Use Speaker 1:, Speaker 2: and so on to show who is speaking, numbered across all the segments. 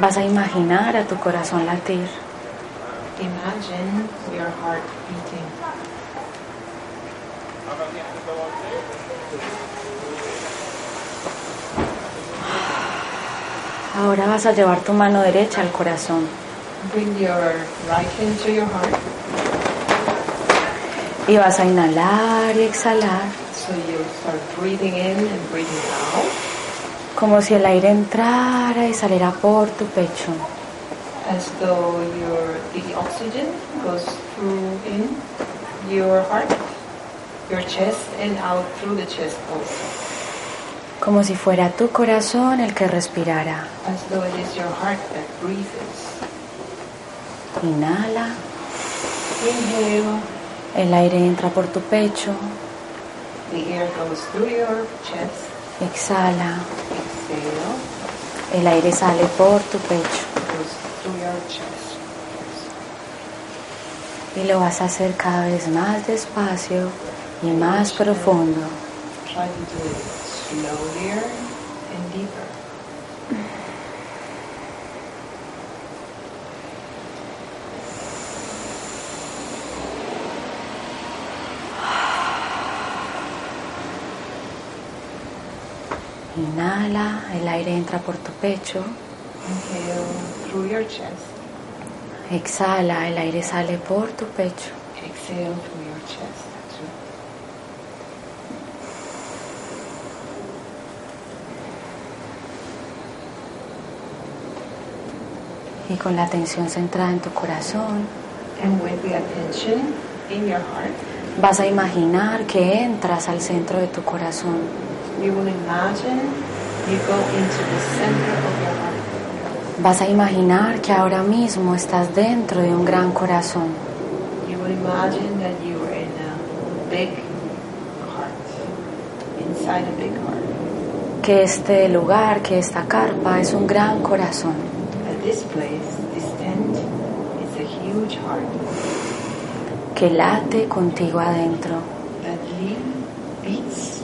Speaker 1: Vas a imaginar a tu corazón latir.
Speaker 2: Imagine your heart beating.
Speaker 1: Ahora vas a llevar tu mano derecha al corazón
Speaker 2: Bring your right hand to your heart.
Speaker 1: y vas a inhalar y exhalar
Speaker 2: So you start breathing in and breathing out
Speaker 1: como si el aire entrara y saliera por tu pecho.
Speaker 2: as though your the oxygen goes through in your heart, your chest and out through the chest also.
Speaker 1: Como si fuera tu corazón el que respirara.
Speaker 2: As though it is your heart that breathes.
Speaker 1: Inhala,
Speaker 2: Inhale,
Speaker 1: el aire entra por tu pecho,
Speaker 2: the air goes through your chest.
Speaker 1: exhala,
Speaker 2: Exhale,
Speaker 1: el aire sale por tu pecho
Speaker 2: goes through your chest.
Speaker 1: y lo vas a hacer cada vez más despacio y más profundo.
Speaker 2: Try to do it slower and deeper.
Speaker 1: Inhala, el aire entra por tu pecho,
Speaker 2: Inhale through your chest.
Speaker 1: exhala, el aire sale por tu pecho.
Speaker 2: Exhale through your chest. That's right.
Speaker 1: Y con la atención centrada en tu corazón,
Speaker 2: And with the attention in your heart,
Speaker 1: vas a imaginar que entras al centro de tu corazón
Speaker 2: you will imagine you go into the center of your heart.
Speaker 1: Vas a imaginar que ahora mismo estás dentro de un gran corazón
Speaker 2: You will imagine that you are in a big heart, inside a big heart.
Speaker 1: que este lugar, que esta carpa es un gran corazón.
Speaker 2: At this place, this tent, is a huge heart
Speaker 1: que late contigo adentro.
Speaker 2: that le- beats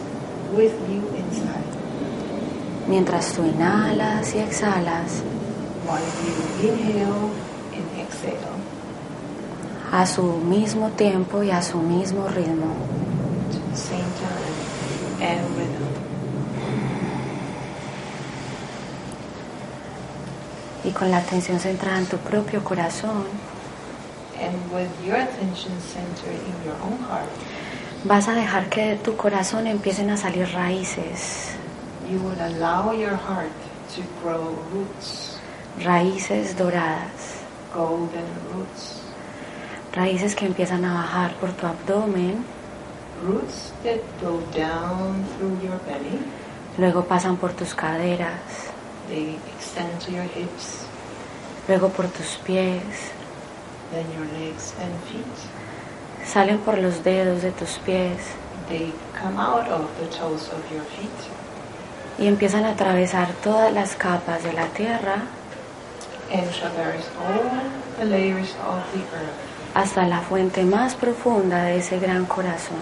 Speaker 2: with you inside.
Speaker 1: Mientras tú inhalas y exhalas,
Speaker 2: While you inhale and exhale.
Speaker 1: a su mismo tiempo y a su mismo ritmo.
Speaker 2: to the same time and rhythm.
Speaker 1: Y con la atención centrada en tu propio corazón,
Speaker 2: And with your attention centered in your own heart,
Speaker 1: vas a dejar que de tu corazón empiecen a salir raíces,
Speaker 2: you will allow your heart to grow roots,
Speaker 1: raíces doradas,
Speaker 2: golden roots,
Speaker 1: raíces que empiezan a bajar por tu abdomen,
Speaker 2: roots that go down through your belly,
Speaker 1: luego pasan por tus caderas,
Speaker 2: they extend to your hips,
Speaker 1: luego por tus pies,
Speaker 2: then your legs and feet.
Speaker 1: salen por los dedos de tus pies
Speaker 2: They come out of the toes of your feet
Speaker 1: y empiezan a atravesar todas las capas de la tierra
Speaker 2: and traverse all the layers of the earth,
Speaker 1: hasta la fuente más profunda de ese gran corazón.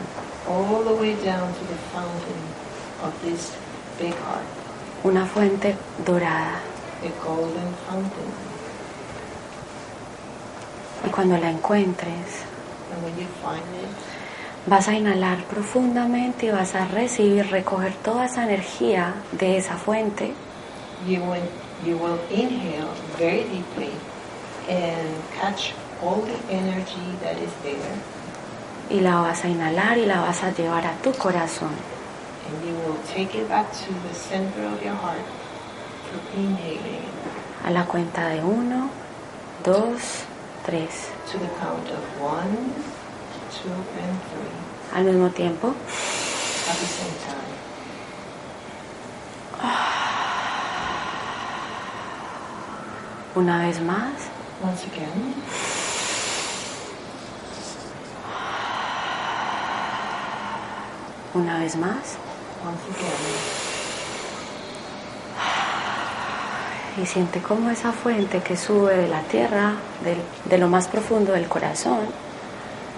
Speaker 2: all the way down to the fountain of this big heart.
Speaker 1: Una fuente dorada.
Speaker 2: the golden fountain.
Speaker 1: Y cuando la encuentres,
Speaker 2: And when you find it,
Speaker 1: vas a inhalar profundamente y vas a recibir, recoger toda esa energía de esa fuente
Speaker 2: you will, you will inhale very deeply and catch all the energy that is there.
Speaker 1: y la vas a inhalar y la vas a llevar a tu corazón.
Speaker 2: And you will take it back to the center of your heart through inhaling it
Speaker 1: A la cuenta de uno, dos, tres.
Speaker 2: to the count of one, two, and three
Speaker 1: Al mismo tiempo,
Speaker 2: at the same time.
Speaker 1: una vez más,
Speaker 2: Once again,
Speaker 1: una vez más.
Speaker 2: once again.
Speaker 1: Y siente como esa fuente que sube de la tierra, del- de lo más profundo del corazón,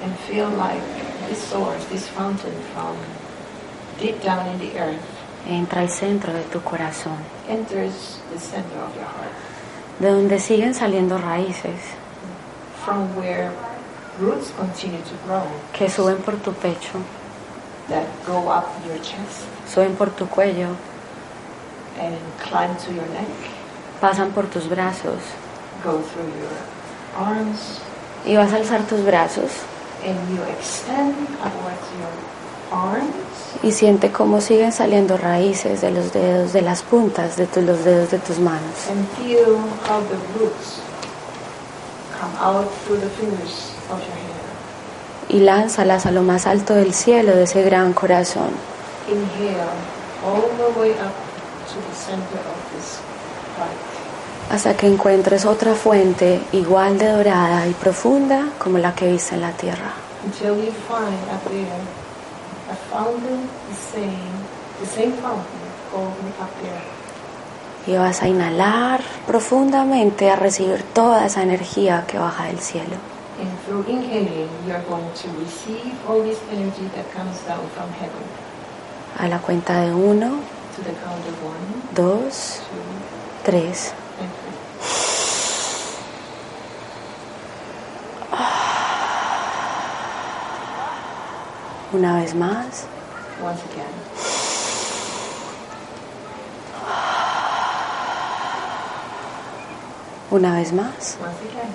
Speaker 2: And feel like this source, this fountain from deep down in the earth,
Speaker 1: entra al centro de tu corazón,
Speaker 2: enters the center of your heart,
Speaker 1: de donde siguen saliendo raíces
Speaker 2: from where roots continue to grow,
Speaker 1: que suben por tu pecho,
Speaker 2: that go up your chest
Speaker 1: suben por tu cuello,
Speaker 2: and climb to your neck,
Speaker 1: pasan por tus brazos
Speaker 2: go through your arms,
Speaker 1: y vas a alzar tus brazos
Speaker 2: and you extend upwards your arms,
Speaker 1: y siente cómo siguen saliendo raíces de los dedos, de las puntas de tus- los dedos de tus manos.
Speaker 2: and feel how the roots come out through the fingers of your hand.
Speaker 1: Y lánzalas a lo más alto del cielo de ese gran corazón.
Speaker 2: Inhale all the way up to the center of this heart,
Speaker 1: hasta que encuentres otra fuente igual de dorada y profunda como la que viste en la tierra.
Speaker 2: until you find up there a fountain the same, the same fountain going up there.
Speaker 1: Y vas a inhalar profundamente a recibir toda esa energía que baja del cielo.
Speaker 2: And through inhaling, you are going to receive all this energy that comes down from heaven.
Speaker 1: A la cuenta de uno,
Speaker 2: To the count of one,
Speaker 1: dos,
Speaker 2: two,
Speaker 1: tres.
Speaker 2: and three.
Speaker 1: Una vez más.
Speaker 2: Once again.
Speaker 1: Una vez más.
Speaker 2: Once again.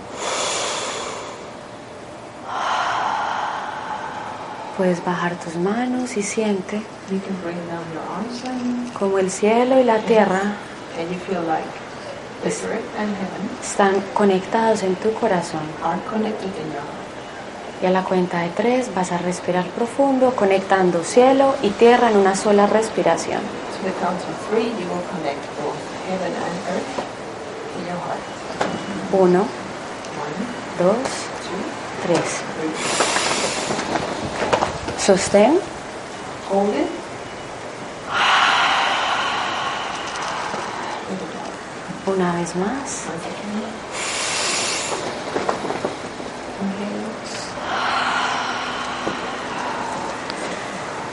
Speaker 1: Puedes bajar tus manos y siente
Speaker 2: You can bring down your arms and,
Speaker 1: como el cielo y la tierra
Speaker 2: and you feel like the earth and heaven
Speaker 1: están conectados en tu corazón.
Speaker 2: are connected in your heart.
Speaker 1: Y a la cuenta de tres vas a respirar profundo, conectando cielo y tierra en una sola respiración.
Speaker 2: To the count of three, you will connect both heaven and earth in your heart.
Speaker 1: Uno,
Speaker 2: One,
Speaker 1: dos,
Speaker 2: two,
Speaker 1: tres.
Speaker 2: three.
Speaker 1: Sostén
Speaker 2: Hold it. Let it out.
Speaker 1: una vez más.
Speaker 2: Once again.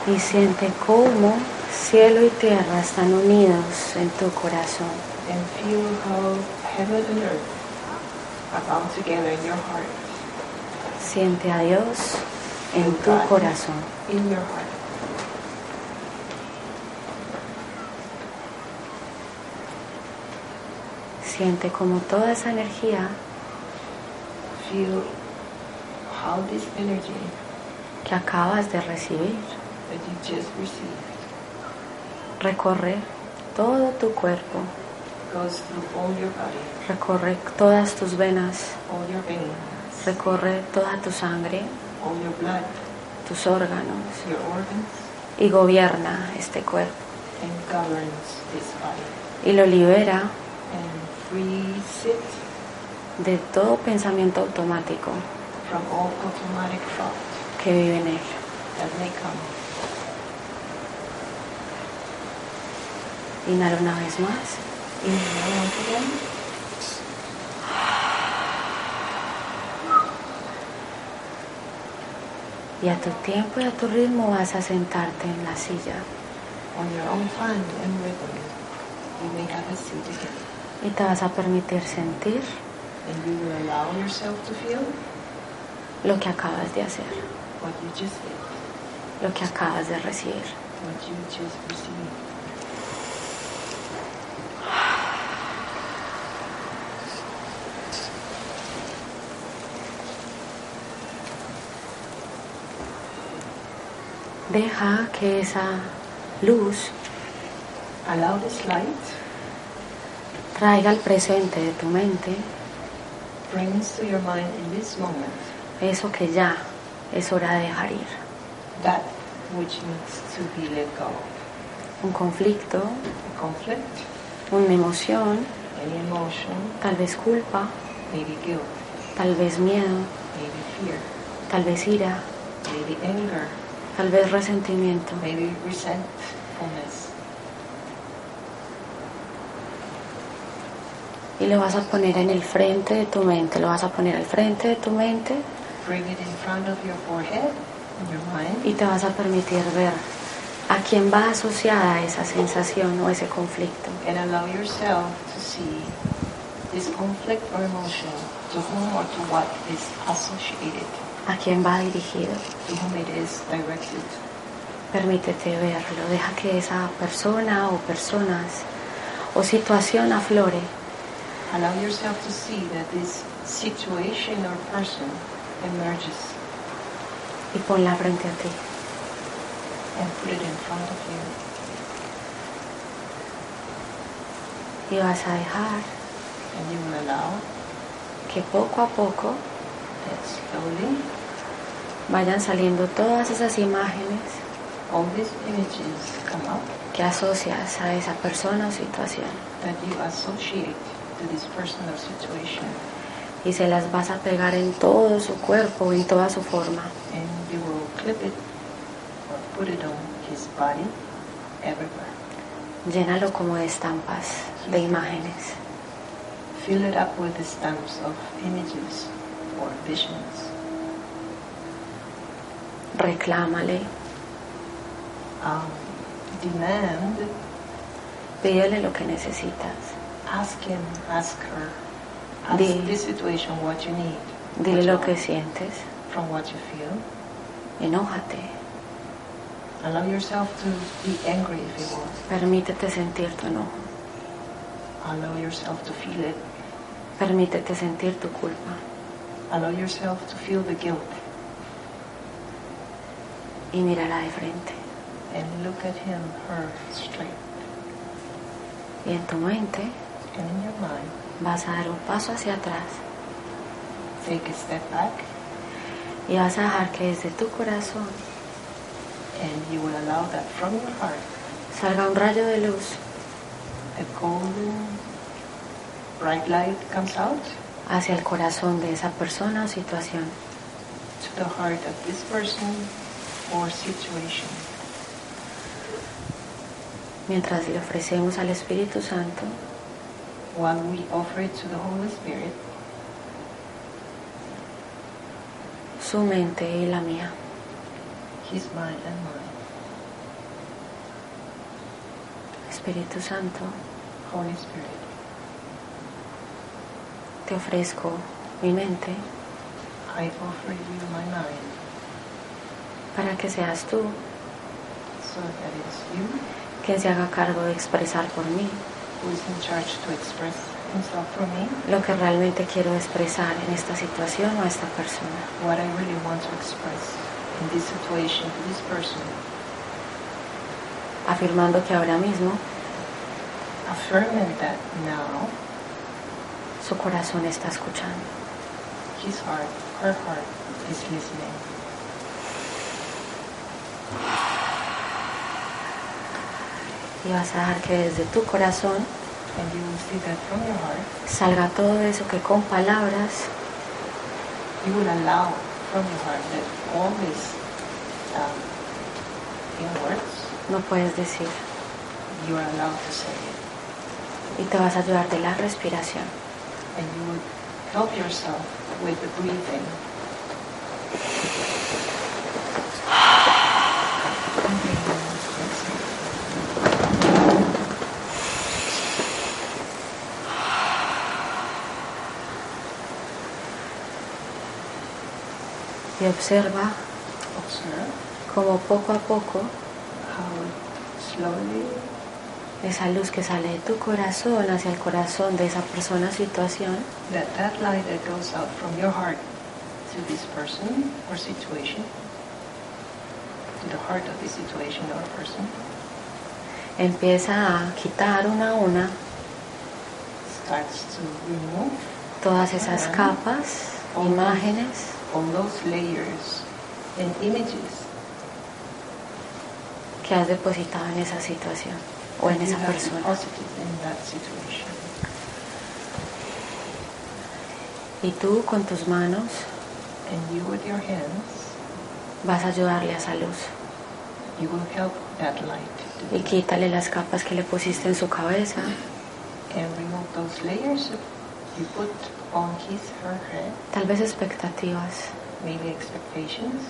Speaker 2: Inhale.
Speaker 1: Y siente cómo cielo y tierra están unidos en tu corazón.
Speaker 2: And feel how heaven and earth are bound together in your heart.
Speaker 1: Siente a Dios en tu corazón.
Speaker 2: In your heart.
Speaker 1: Siente cómo toda esa energía
Speaker 2: Feel how this energy
Speaker 1: que acabas de recibir
Speaker 2: that you just received
Speaker 1: recorre todo tu cuerpo,
Speaker 2: goes through all your body,
Speaker 1: recorre todas tus venas,
Speaker 2: all your veins,
Speaker 1: recorre toda tu sangre,
Speaker 2: all your blood,
Speaker 1: tus órganos
Speaker 2: your organs,
Speaker 1: y gobierna este cuerpo
Speaker 2: and governs this body.
Speaker 1: y lo libera
Speaker 2: And frees it
Speaker 1: de todo pensamiento automático
Speaker 2: from all automatic thought
Speaker 1: que vive en él.
Speaker 2: that may come.
Speaker 1: Inhala una vez más
Speaker 2: Inhale once again.
Speaker 1: y a tu tiempo y a tu ritmo vas a sentarte en la silla
Speaker 2: On your own time and rhythm, you may have a seat again.
Speaker 1: y te vas a permitir sentir
Speaker 2: And you will allow yourself to feel
Speaker 1: lo que acabas de hacer,
Speaker 2: what you just did,
Speaker 1: lo que acabas de recibir.
Speaker 2: what you just received.
Speaker 1: Deja que esa luz
Speaker 2: Allow this light
Speaker 1: traiga al presente de tu mente
Speaker 2: brings to your mind in this moment
Speaker 1: eso que ya es hora de dejar ir.
Speaker 2: that which needs to be let go.
Speaker 1: Un conflicto,
Speaker 2: A conflict,
Speaker 1: una emoción,
Speaker 2: an emotion,
Speaker 1: tal vez culpa,
Speaker 2: maybe guilt,
Speaker 1: tal vez miedo,
Speaker 2: maybe fear,
Speaker 1: tal vez ira,
Speaker 2: maybe anger,
Speaker 1: tal vez resentimiento.
Speaker 2: maybe resentfulness.
Speaker 1: Y lo vas a poner en el frente de tu mente, lo vas a poner al frente de tu mente
Speaker 2: Bring it in front of your forehead in your mind.
Speaker 1: y te vas a permitir ver a quién va asociada esa sensación o ese conflicto.
Speaker 2: and allow yourself to see this conflict or emotion to whom or to what is associated,
Speaker 1: a quién va dirigido.
Speaker 2: to whom it is directed.
Speaker 1: Permítete verlo, deja que esa persona o personas o situación aflore
Speaker 2: Allow yourself to see that this situation or person emerges
Speaker 1: y ponla frente a ti.
Speaker 2: and put it in front of you.
Speaker 1: Y vas a dejar
Speaker 2: And you will allow
Speaker 1: que poco a poco
Speaker 2: that slowly
Speaker 1: vayan saliendo todas esas imágenes
Speaker 2: all these images come up
Speaker 1: que asocias a esa persona o situación
Speaker 2: that you associate to this person or situation.
Speaker 1: y se las vas a pegar en todo su cuerpo, en toda su forma.
Speaker 2: And you will clip it or put it on his body everywhere.
Speaker 1: Llénalo como de estampas, de imágenes.
Speaker 2: Fill it up with the stamps of images or visions.
Speaker 1: Reclámale,
Speaker 2: Um, demand,
Speaker 1: pídele lo que necesitas.
Speaker 2: ask him, ask her, ask
Speaker 1: Di-
Speaker 2: this situation what you need.
Speaker 1: Dile
Speaker 2: what you
Speaker 1: lo que
Speaker 2: want
Speaker 1: sientes,
Speaker 2: From what you feel.
Speaker 1: enójate,
Speaker 2: Allow yourself to be angry if you want.
Speaker 1: permítete sentir tu enojo,
Speaker 2: Allow yourself to feel it.
Speaker 1: permítete sentir tu culpa
Speaker 2: Allow yourself to feel the guilt
Speaker 1: y mírala de frente.
Speaker 2: and look at him, her straight.
Speaker 1: Y en tu mente
Speaker 2: And in your mind,
Speaker 1: vas a dar un paso hacia atrás
Speaker 2: take a step back
Speaker 1: y vas a dejar que desde tu corazón
Speaker 2: and you will allow that from your heart
Speaker 1: salga un rayo de luz
Speaker 2: a golden bright light comes out
Speaker 1: hacia el corazón de esa persona o situación
Speaker 2: to the heart of this person or situation
Speaker 1: mientras le ofrecemos al Espíritu Santo
Speaker 2: while we offer it to the Holy Spirit,
Speaker 1: su mente y la mía.
Speaker 2: His mind and mine.
Speaker 1: Espíritu Santo,
Speaker 2: Holy Spirit,
Speaker 1: te ofrezco mi mente
Speaker 2: I offer you my mind
Speaker 1: para que seas tú
Speaker 2: so that it's you
Speaker 1: quien se haga cargo de expresar por mí
Speaker 2: who is in charge to express himself for me,
Speaker 1: lo que realmente quiero expresar en esta situación o a esta persona.
Speaker 2: what I really want to express in this situation to this person,
Speaker 1: Afirmando que ahora mismo
Speaker 2: affirming that now
Speaker 1: su corazón está escuchando.
Speaker 2: his heart, her heart is listening.
Speaker 1: Y vas a dejar que desde tu corazón
Speaker 2: And you will see that from your heart,
Speaker 1: salga todo eso que con palabras
Speaker 2: you will allow from your heart that all this um, in words
Speaker 1: no puedes decir.
Speaker 2: you are allowed to say it.
Speaker 1: Y te vas a ayudar de la respiración.
Speaker 2: And you would help yourself with the breathing.
Speaker 1: Y observa
Speaker 2: Observe
Speaker 1: cómo poco a poco
Speaker 2: how slowly
Speaker 1: esa luz que sale de tu corazón hacia el corazón de esa persona o situación
Speaker 2: that that light that goes out from your heart to this person or situation, to the heart of the situation or person,
Speaker 1: empieza a quitar una a una
Speaker 2: starts to remove
Speaker 1: todas esas capas, imágenes
Speaker 2: all those layers and images
Speaker 1: que has depositado en esa situación o en
Speaker 2: that you
Speaker 1: esa
Speaker 2: have
Speaker 1: persona.
Speaker 2: deposited in that situation.
Speaker 1: Y tú con tus manos
Speaker 2: And you with your hands,
Speaker 1: vas a ayudarle a esa luz
Speaker 2: you will help that light to
Speaker 1: y quítale las capas que le pusiste en su cabeza,
Speaker 2: and remove those layers that you put on his, her head,
Speaker 1: tal vez expectativas
Speaker 2: maybe expectations,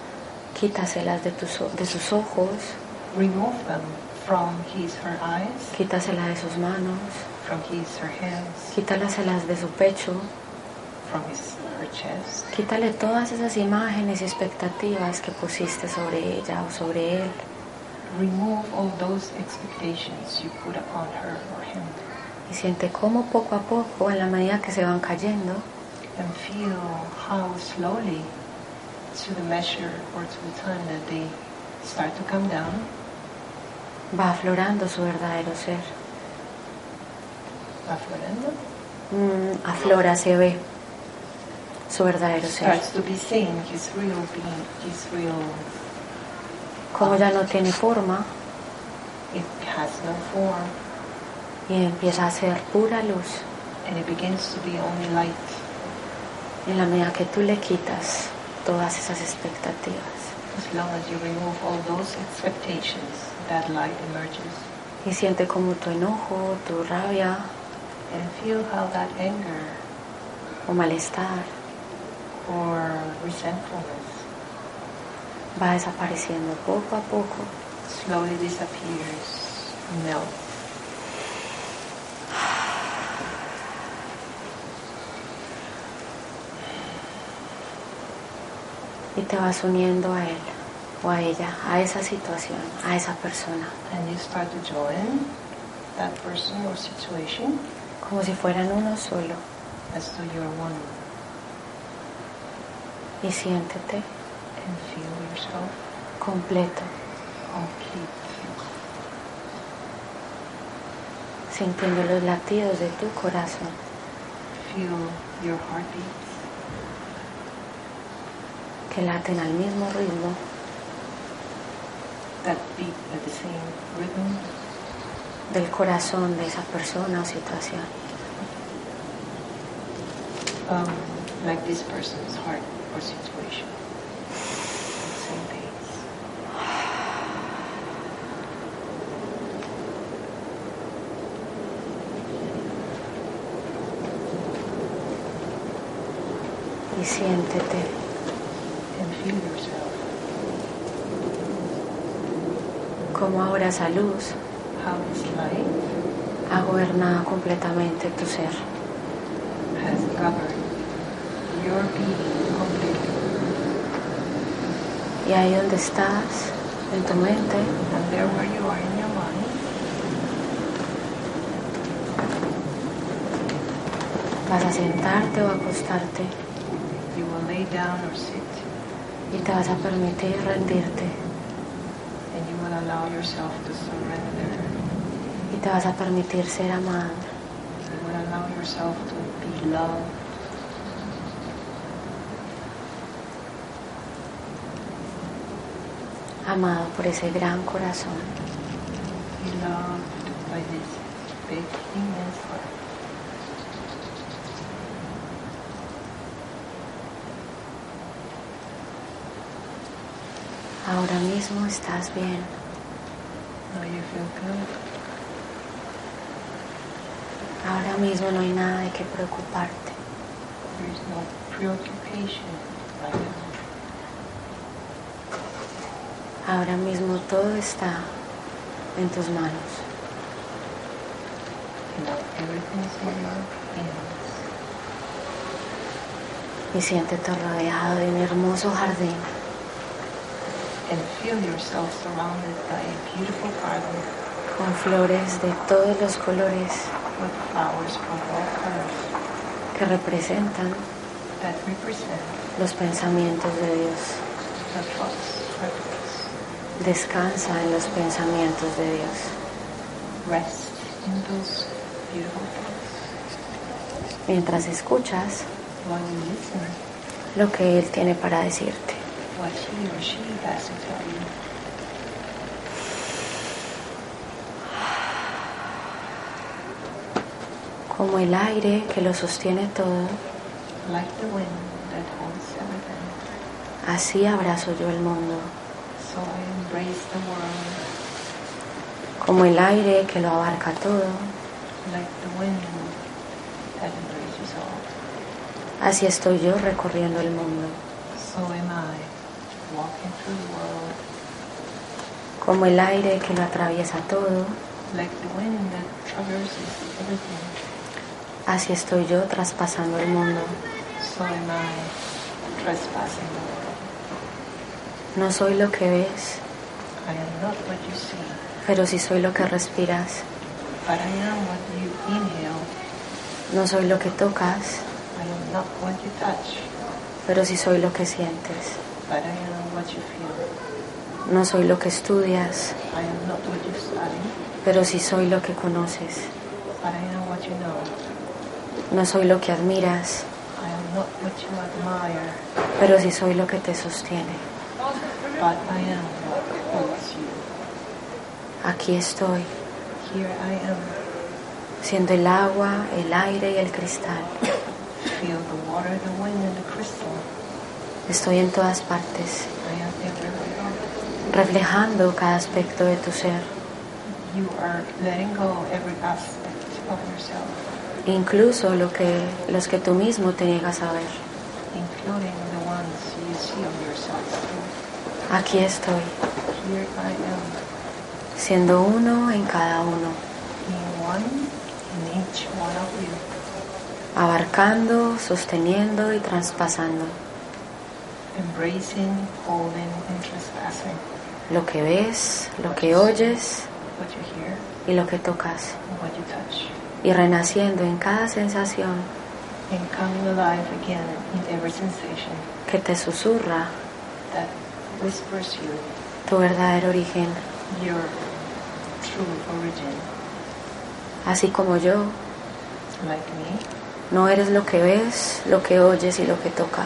Speaker 1: Quítaselas de, tus, o- de sus ojos,
Speaker 2: Remove them from his, her eyes,
Speaker 1: quítaselas de sus manos,
Speaker 2: from his, her hands,
Speaker 1: quítaselas de su pecho,
Speaker 2: from his, her chest.
Speaker 1: quítale todas esas imágenes y expectativas que pusiste sobre ella o sobre él.
Speaker 2: Remove all those expectations you put upon her or him
Speaker 1: Y siente cómo poco a poco, en la medida que se van cayendo,
Speaker 2: and feel how slowly, to the measure or to the time that they start to come down,
Speaker 1: va aflorando su verdadero ser.
Speaker 2: aflorando,
Speaker 1: Mm, aflora, se ve su verdadero ser.
Speaker 2: starts to be seen, his real being, his real,
Speaker 1: Como ya no tiene forma
Speaker 2: it has no form
Speaker 1: y empieza a ser pura luz.
Speaker 2: and it begins to be only light.
Speaker 1: En la medida que tú le quitas todas esas expectativas
Speaker 2: As long as you remove all those expectations, that light emerges.
Speaker 1: y siente como tu enojo, tu rabia
Speaker 2: And feel how that anger
Speaker 1: o malestar
Speaker 2: or resentfulness
Speaker 1: va desapareciendo poco a poco.
Speaker 2: slowly disappears, melts.
Speaker 1: y te vas uniendo a él o a ella, a esa situación, a esa persona,
Speaker 2: And you start to join that person or situation
Speaker 1: como si fueran uno solo.
Speaker 2: as though you're one.
Speaker 1: Y siéntete
Speaker 2: And feel yourself
Speaker 1: completo,
Speaker 2: complete.
Speaker 1: sintiendo los latidos de tu corazón.
Speaker 2: Feel your heartbeat
Speaker 1: que laten al mismo ritmo
Speaker 2: that beat at the same rhythm
Speaker 1: del corazón de esa persona o situación.
Speaker 2: um, like this person's heart or situation. Same pace.
Speaker 1: Y siéntete
Speaker 2: And feel yourself.
Speaker 1: como ahora esa luz
Speaker 2: How this light
Speaker 1: ha gobernado completamente tu ser.
Speaker 2: has governed your being completely.
Speaker 1: Y ahí donde estás, en tu mente,
Speaker 2: And there where you are in your mind,
Speaker 1: vas a sentarte o acostarte
Speaker 2: you will lay down or sit
Speaker 1: y te vas a permitir rendirte
Speaker 2: and you will allow yourself to surrender.
Speaker 1: y te vas a permitir ser amada.
Speaker 2: You will allow yourself to be loved.
Speaker 1: Amado por ese gran corazón
Speaker 2: Be loved by this big immense heart.
Speaker 1: ahora mismo estás bien
Speaker 2: Now you feel good.
Speaker 1: ahora mismo no hay nada de qué preocuparte
Speaker 2: There is no preoccupation right now.
Speaker 1: ahora mismo todo está en tus manos
Speaker 2: You know, everything's in your hands.
Speaker 1: y siéntete rodeado de un hermoso jardín
Speaker 2: And feel yourself surrounded by a beautiful garden
Speaker 1: con flores de todos los colores
Speaker 2: with flowers from all colors
Speaker 1: que representan
Speaker 2: that represent
Speaker 1: los pensamientos de Dios.
Speaker 2: the thoughts, purpose.
Speaker 1: Descansa en los pensamientos de Dios
Speaker 2: Rest in those beautiful thoughts
Speaker 1: mientras escuchas
Speaker 2: while you listen
Speaker 1: lo que Él tiene para decirte.
Speaker 2: what he or she has to tell you.
Speaker 1: Como el aire que lo sostiene todo,
Speaker 2: Like the wind that holds everything,
Speaker 1: así abrazo yo el mundo.
Speaker 2: so I embrace the world.
Speaker 1: Como el aire que lo abarca todo,
Speaker 2: Like the wind that embraces all,
Speaker 1: así estoy yo recorriendo el mundo.
Speaker 2: so am I walking through the world
Speaker 1: como el aire que lo atraviesa todo.
Speaker 2: like the wind that traverses everything.
Speaker 1: Así estoy yo traspasando el mundo.
Speaker 2: So am I trespassing the world.
Speaker 1: No soy lo que ves,
Speaker 2: I am not what you see,
Speaker 1: pero sí soy lo que respiras.
Speaker 2: but I am what you inhale.
Speaker 1: No soy lo que tocas,
Speaker 2: I am not what you touch,
Speaker 1: pero sí soy lo que sientes.
Speaker 2: but I am what you feel.
Speaker 1: No soy lo que estudias,
Speaker 2: I am not what you study,
Speaker 1: pero sí soy lo que conoces.
Speaker 2: but I am what you know.
Speaker 1: No soy lo que admiras,
Speaker 2: I am not what you admire,
Speaker 1: pero sí soy lo que te sostiene.
Speaker 2: but I am what holds you.
Speaker 1: Aquí estoy,
Speaker 2: Here I am.
Speaker 1: siendo el agua, el aire y el cristal.
Speaker 2: Feel the water, the wind, and the crystal.
Speaker 1: Estoy en todas partes,
Speaker 2: I am everywhere.
Speaker 1: reflejando cada aspecto de tu ser,
Speaker 2: You are letting go every aspect of yourself,
Speaker 1: incluso lo que, los que tú mismo te niegas a ver.
Speaker 2: including the ones you see of yourself.
Speaker 1: Aquí estoy,
Speaker 2: Here I am.
Speaker 1: siendo uno en cada uno,
Speaker 2: Being one in each one of you,
Speaker 1: abarcando, sosteniendo y traspasando
Speaker 2: embracing, holding, and trespassing.
Speaker 1: lo que ves, lo que oyes
Speaker 2: What you hear
Speaker 1: y lo que tocas,
Speaker 2: and what you touch.
Speaker 1: y renaciendo en cada sensación
Speaker 2: And coming alive again in every sensation
Speaker 1: que te susurra
Speaker 2: that whispers you
Speaker 1: tu verdadero origen,
Speaker 2: your true origin.
Speaker 1: así como yo.
Speaker 2: Like me,
Speaker 1: No eres lo que ves, lo que oyes y lo que tocas.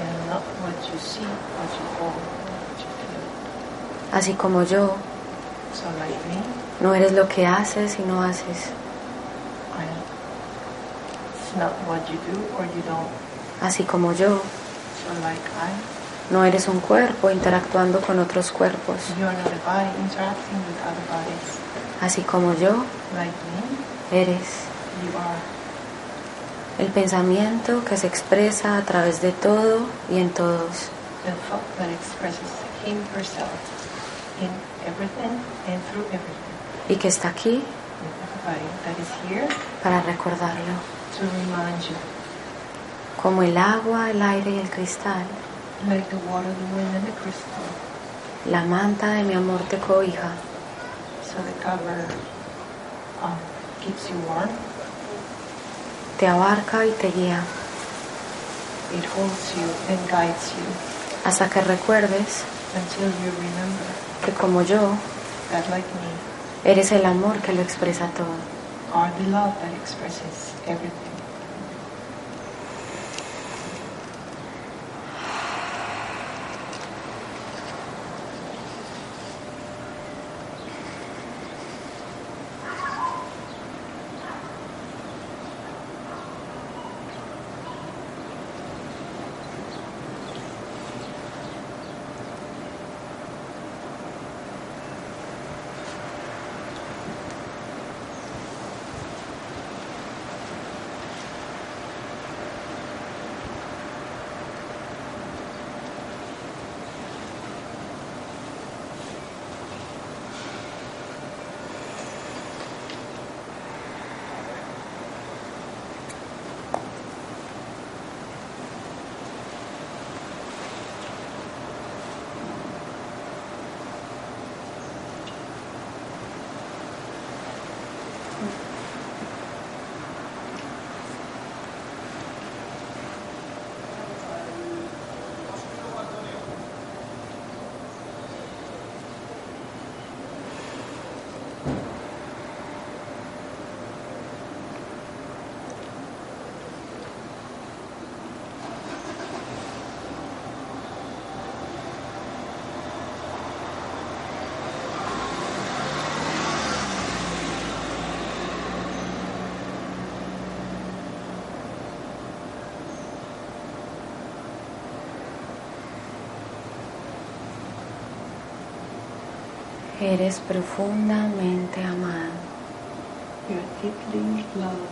Speaker 2: I am not what you see, what you hold, what you feel.
Speaker 1: Así como yo,
Speaker 2: So like me,
Speaker 1: no eres lo que haces y no haces.
Speaker 2: I am. It's not what you do or you don't.
Speaker 1: Así como yo,
Speaker 2: So like I,
Speaker 1: no eres un cuerpo interactuando con otros cuerpos.
Speaker 2: you are not a body interacting with other bodies.
Speaker 1: Así como yo,
Speaker 2: Like me,
Speaker 1: eres
Speaker 2: You are
Speaker 1: el pensamiento que se expresa a través de todo y en todos.
Speaker 2: the thought that expresses him herself in everything and through everything.
Speaker 1: Y que está aquí
Speaker 2: In everybody that is here
Speaker 1: para recordarlo.
Speaker 2: to remind you,
Speaker 1: Como el agua, el aire y el cristal,
Speaker 2: like the water, the wind, and the crystal.
Speaker 1: la manta de mi amor te cobija.
Speaker 2: So the cover um, keeps you warm,
Speaker 1: Te abarca y te guía
Speaker 2: it holds you and guides you
Speaker 1: hasta que recuerdes
Speaker 2: until you remember
Speaker 1: que como yo,
Speaker 2: that, like me,
Speaker 1: eres el amor que lo expresa todo.
Speaker 2: are the love that expresses everything.
Speaker 1: Eres profundamente amado.
Speaker 2: You are deeply loved.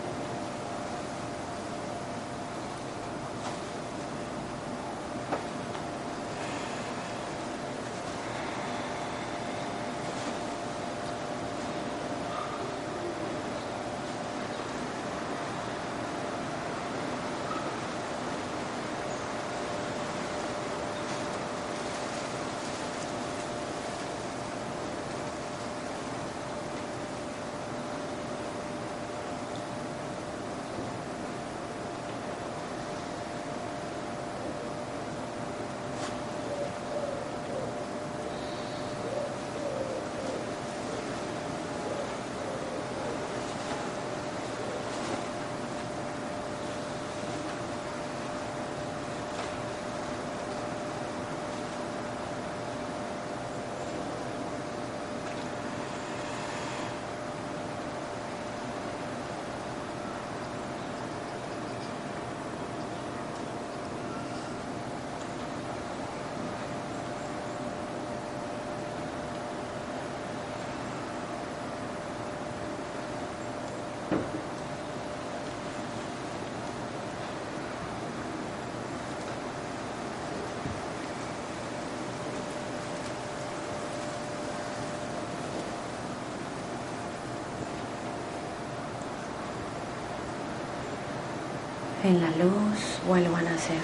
Speaker 1: en la luz, vuelvo a nacer.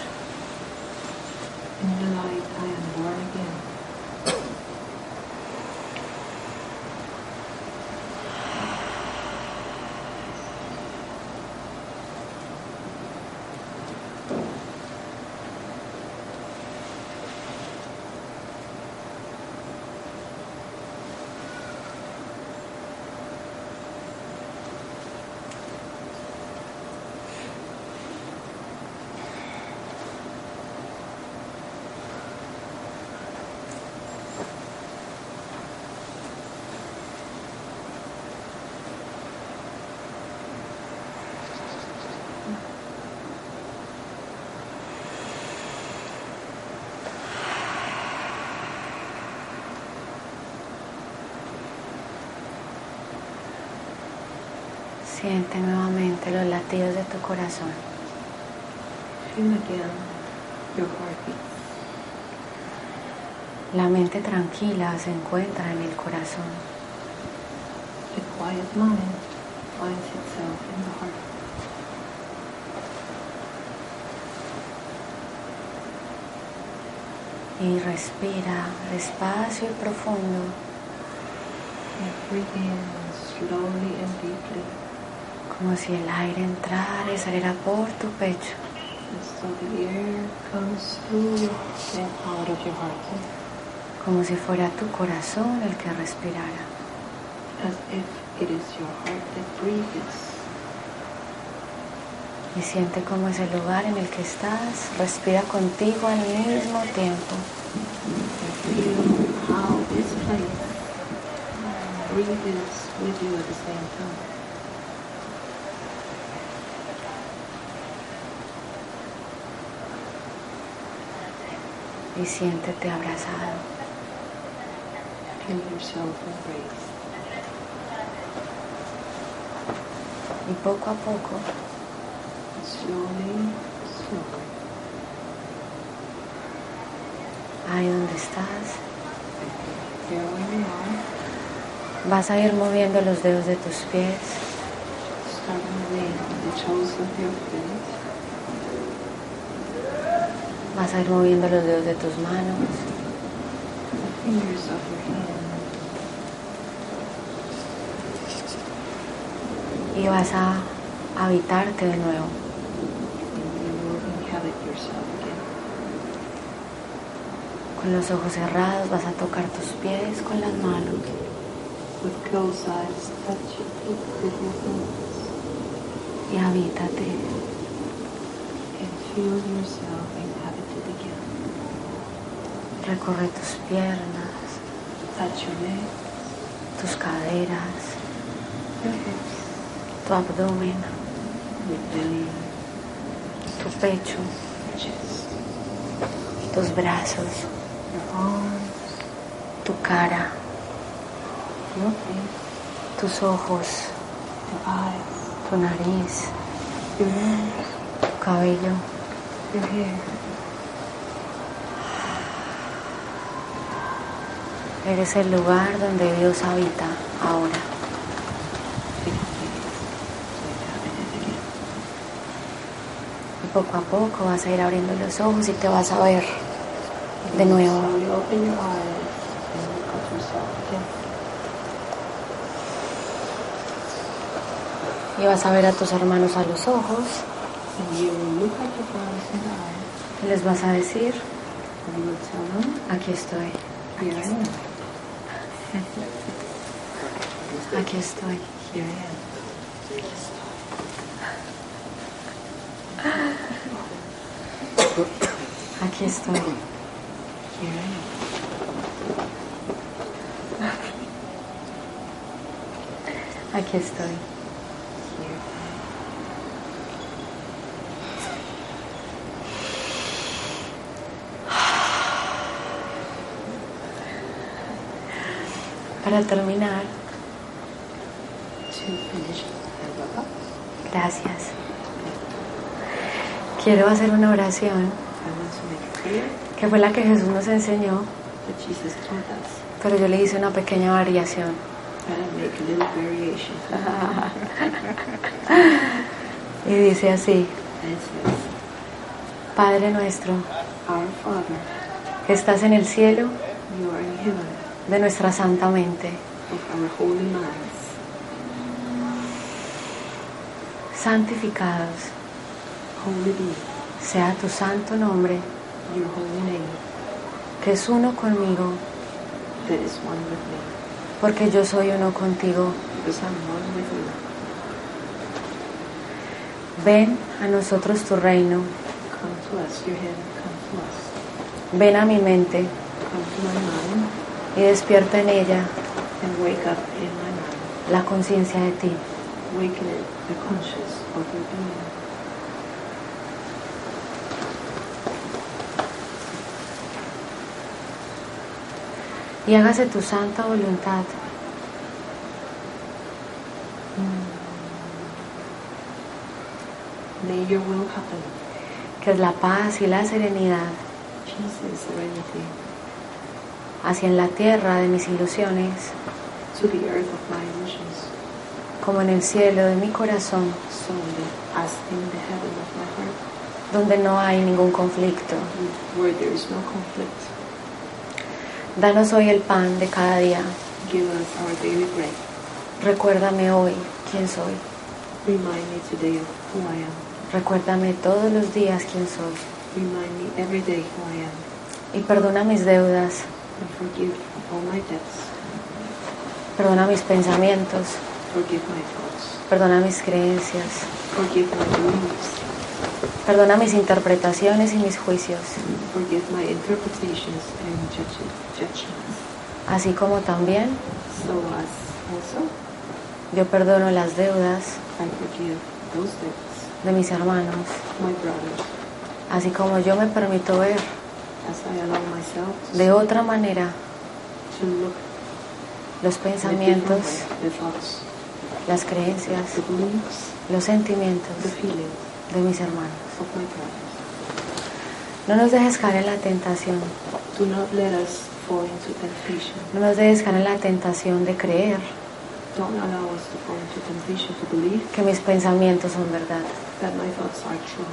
Speaker 2: In the light, I am born again.
Speaker 1: Siente nuevamente los latidos de tu corazón.
Speaker 2: Feel again your heartbeat.
Speaker 1: La mente tranquila se encuentra en el corazón.
Speaker 2: The quiet mind finds itself in the heart.
Speaker 1: Y respira despacio y profundo
Speaker 2: And breathe in slowly and deeply,
Speaker 1: como si el aire entrara y saliera por tu pecho.
Speaker 2: as though the air comes through you and out of your heart,
Speaker 1: como si fuera tu corazón el que respirara.
Speaker 2: as if it is your heart that breathes.
Speaker 1: Y siente cómo es el lugar en el que estás, respira contigo al mismo tiempo.
Speaker 2: And feel how this place breathes with you at the same time.
Speaker 1: Y siéntete abrazado.
Speaker 2: Feel yourself embraced.
Speaker 1: Y poco a poco
Speaker 2: Slowly, slowly.
Speaker 1: ahí donde estás,
Speaker 2: Here we are,
Speaker 1: vas a ir moviendo los dedos de tus pies,
Speaker 2: starting with the toes of your feet,
Speaker 1: vas a ir moviendo los dedos de tus manos,
Speaker 2: the fingers of your hand,
Speaker 1: y vas a habitarte de nuevo.
Speaker 2: and you will inhabit yourself again.
Speaker 1: Con los ojos cerrados vas a tocar tus pies con las manos.
Speaker 2: With closed eyes, touch your feet with your hands,
Speaker 1: Y habítate,
Speaker 2: and feel yourself inhabited again.
Speaker 1: recorre tus piernas,
Speaker 2: Touch your neck,
Speaker 1: tus caderas,
Speaker 2: your hips,
Speaker 1: tu abdomen,
Speaker 2: your belly,
Speaker 1: tu pecho,
Speaker 2: your chest,
Speaker 1: tus brazos,
Speaker 2: your arms,
Speaker 1: tu cara,
Speaker 2: your face,
Speaker 1: tus ojos,
Speaker 2: your eyes,
Speaker 1: tu nariz,
Speaker 2: your nose,
Speaker 1: tu cabello,
Speaker 2: your hair.
Speaker 1: eres el lugar donde Dios habita ahora.
Speaker 2: Take your place, inhabited again.
Speaker 1: Y poco a poco vas a ir abriendo los ojos y te vas a ver de nuevo.
Speaker 2: Slowly open your eyes and look at yourself again.
Speaker 1: Y vas a ver a tus hermanos a los ojos
Speaker 2: And you will look at your brothers in the eyes
Speaker 1: y les vas a decir,
Speaker 2: and you will tell them,
Speaker 1: aquí estoy,
Speaker 2: Here I am.
Speaker 1: aquí estoy.
Speaker 2: Here I am.
Speaker 1: Aquí estoy.
Speaker 2: Here I am.
Speaker 1: Aquí estoy.
Speaker 2: Here I
Speaker 1: Para terminar,
Speaker 2: am. To finish the Baba,
Speaker 1: gracias. Quiero hacer una oración
Speaker 2: I want to make clear
Speaker 1: que fue la que Jesús nos enseñó,
Speaker 2: that Jesus taught us.
Speaker 1: pero yo le hice una pequeña variación.
Speaker 2: And I make a little variation.
Speaker 1: Y dice así,
Speaker 2: and it says,
Speaker 1: Padre nuestro,
Speaker 2: Our Father,
Speaker 1: que estás en el cielo
Speaker 2: you are in heaven,
Speaker 1: de nuestra santa mente.
Speaker 2: of our holy minds,
Speaker 1: Santificados
Speaker 2: holy be
Speaker 1: sea tu santo nombre,
Speaker 2: your holy name,
Speaker 1: que es uno conmigo,
Speaker 2: that is one with me,
Speaker 1: porque yo soy uno contigo.
Speaker 2: because I'm one with you.
Speaker 1: Ven a nosotros tu reino,
Speaker 2: Come to us, your heaven, come to us.
Speaker 1: ven a mi mente
Speaker 2: Come to my mind
Speaker 1: y despierta en ella
Speaker 2: and wake up in my mind,
Speaker 1: la conciencia de ti.
Speaker 2: waken it, the conscious of your being.
Speaker 1: Y hágase tu santa voluntad
Speaker 2: May your will happen.
Speaker 1: que es la paz y la serenidad,
Speaker 2: Peace and serenity
Speaker 1: así en la tierra de mis ilusiones,
Speaker 2: to the earth of my illusions,
Speaker 1: como en el cielo de mi corazón,
Speaker 2: so that as in the heaven of my heart,
Speaker 1: donde no hay ningún conflicto.
Speaker 2: where there is no conflict,
Speaker 1: Danos hoy el pan de cada día.
Speaker 2: give us our daily bread.
Speaker 1: Recuérdame hoy quién soy.
Speaker 2: Remind me today of who I am.
Speaker 1: Recuérdame todos los días quién soy.
Speaker 2: Remind me every day who I am.
Speaker 1: Y perdona mis deudas,
Speaker 2: And forgive all my debts.
Speaker 1: perdona mis pensamientos,
Speaker 2: Forgive my thoughts.
Speaker 1: perdona mis creencias,
Speaker 2: Forgive my beliefs.
Speaker 1: perdona mis interpretaciones y mis juicios,
Speaker 2: Forgive my interpretations and judge- judgments.
Speaker 1: así como también
Speaker 2: So as also,
Speaker 1: yo perdono las deudas
Speaker 2: I forgive those debts,
Speaker 1: de mis hermanos,
Speaker 2: my brothers.
Speaker 1: así como yo me permito ver
Speaker 2: as I allow myself to,
Speaker 1: de otra manera
Speaker 2: to look
Speaker 1: los
Speaker 2: in a different
Speaker 1: pensamientos,
Speaker 2: way, the thoughts,
Speaker 1: las creencias,
Speaker 2: the beliefs,
Speaker 1: los sentimientos
Speaker 2: the feelings
Speaker 1: de mis hermanos.
Speaker 2: of my brothers.
Speaker 1: No nos dejes caer en la tentación,
Speaker 2: Do not let us fall into temptation.
Speaker 1: no nos dejes caer en la tentación de creer
Speaker 2: Don't allow us to fall into temptation to believe
Speaker 1: que mis pensamientos son verdad,
Speaker 2: that my thoughts are true,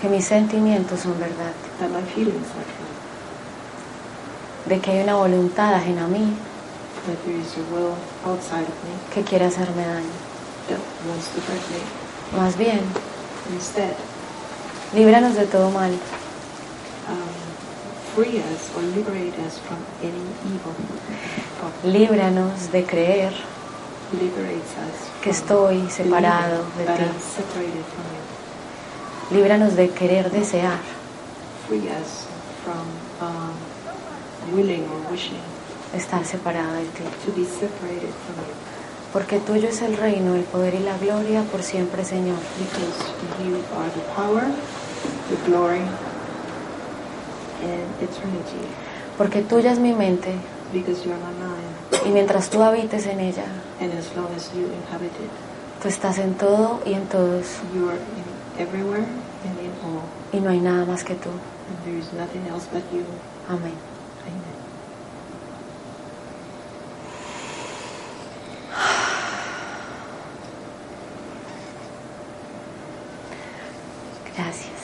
Speaker 1: que mis sentimientos son verdad,
Speaker 2: that my feelings are true,
Speaker 1: de que hay una voluntad ajena a mí
Speaker 2: that there is a will outside of me
Speaker 1: que quiere hacerme daño.
Speaker 2: that wants to hurt me.
Speaker 1: Más bien,
Speaker 2: Instead,
Speaker 1: líbranos de todo mal,
Speaker 2: um, free us or liberate us from any evil. thought.
Speaker 1: líbranos de creer
Speaker 2: Liberates us
Speaker 1: Que
Speaker 2: from
Speaker 1: estoy separado
Speaker 2: believing
Speaker 1: de
Speaker 2: that
Speaker 1: ti.
Speaker 2: I'm separated from you.
Speaker 1: Líbranos de querer desear.
Speaker 2: free us from um, willing or wishing
Speaker 1: estar separado de ti.
Speaker 2: to be separated from you
Speaker 1: Porque tuyo es el reino, el poder y la gloria por siempre, Señor.
Speaker 2: because you are the power, the glory, and eternity.
Speaker 1: Porque tuya es mi mente
Speaker 2: Because you are my mind,
Speaker 1: y mientras tú habites en ella,
Speaker 2: and as long as you inhabit it,
Speaker 1: tú estás en todo y en todos
Speaker 2: you are in everywhere and in all,
Speaker 1: y no hay nada más que tú.
Speaker 2: and there is nothing else but you.
Speaker 1: Amén.
Speaker 2: Amen.
Speaker 1: Gracias.